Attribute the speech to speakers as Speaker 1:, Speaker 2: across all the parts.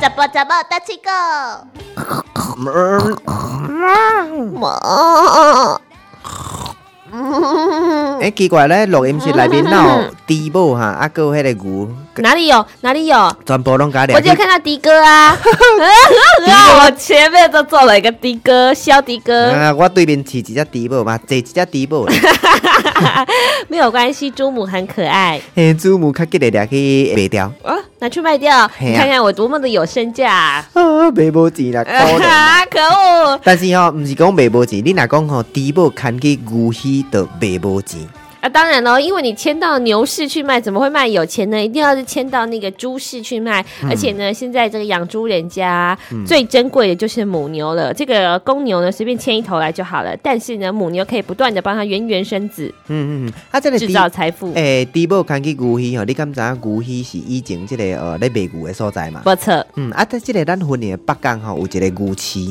Speaker 1: 怎么怎么大七个？
Speaker 2: 诶、奇怪咧，录音室
Speaker 3: 嗯
Speaker 2: 内面哪有猪母哈，啊，还有迄个牛，
Speaker 1: 哪里有哪里有？
Speaker 2: 全部拢甲掠
Speaker 1: 我只有
Speaker 2: 去
Speaker 1: 看到迪哥啊！
Speaker 3: 我前面都做了一个的哥，肖的哥，
Speaker 2: 啊，我对面饲一只猪母嘛，坐一只猪母咧，
Speaker 3: 没有关系，朱母很可爱
Speaker 2: 嘿，祖母较紧咧掠去卖掉，
Speaker 3: 啊，拿去卖掉，
Speaker 2: 嘿啊
Speaker 3: 你看看我多么的有身价啊！
Speaker 2: 啊，卖无钱 啦，可怜。
Speaker 3: 啊，可恶！
Speaker 2: 但是吼、毋是讲卖无钱，你若讲吼，猪母牵去牛墟就卖无钱。
Speaker 3: 啊，当然喽，因为你迁到牛市去卖，怎么会卖有钱呢？一定要是迁到那个猪市去卖。而且呢，现在这个养猪人家、最珍贵的就是母牛了。这个公牛呢，随便牵一头来就好了。但是呢，母牛可以不断的帮它源源生子，
Speaker 2: 嗯嗯嗯，啊，这个猪
Speaker 3: 制造财富。
Speaker 2: 诶，猪母牵去牛墟吼，你敢知影牛墟是以前即、个呃咧卖牛的所在嘛？
Speaker 3: 不错，
Speaker 2: 嗯，啊，在即个咱婚的北港吼，有一个牛市，
Speaker 3: 嗯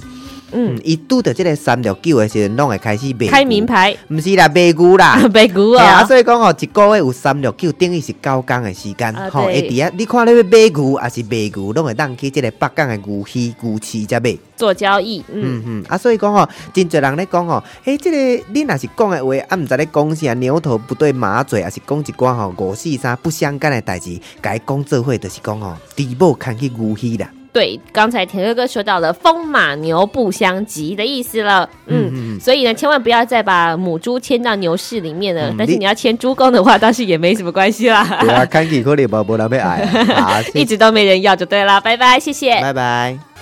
Speaker 2: 嗯，伊拄着即个三六九的时阵，拢会开始卖
Speaker 3: 开名
Speaker 2: 牌，
Speaker 3: 牌，
Speaker 2: 毋是啦，卖牛啦。
Speaker 3: 北谷
Speaker 2: 哎
Speaker 3: 啊
Speaker 2: 啊，。所以讲吼，一个月有三六九，等于是九天的时
Speaker 3: 啊
Speaker 2: 间吼。
Speaker 3: 对
Speaker 2: 会伫啊，你看你要买牛还是卖牛，拢会当去即个北港的牛墟、牛市才买。
Speaker 3: 做交易，嗯，
Speaker 2: 嗯嗯，啊，所以讲吼，真侪人咧讲吼，诶，即个你若是讲的话，啊，毋知咧讲啥，牛头不对马嘴，还是讲一寡吼五四三不相干的代志，甲伊讲做伙，就是讲吼，猪母牵去牛墟啦。
Speaker 3: 对，刚才田哥哥说到了“风马牛不相及”的意思了，嗯。
Speaker 2: 嗯
Speaker 3: 所以呢，千万不要再把母猪牵到牛市里面了。
Speaker 2: 嗯
Speaker 3: 但是
Speaker 2: 你
Speaker 3: 你要牵猪公的话，倒是也没什么关系啦，
Speaker 2: 对啊，牵去可能无无人要爱啊，啊
Speaker 3: 一直都没人要就对啦。拜拜，谢谢。
Speaker 2: 拜拜。
Speaker 4: 「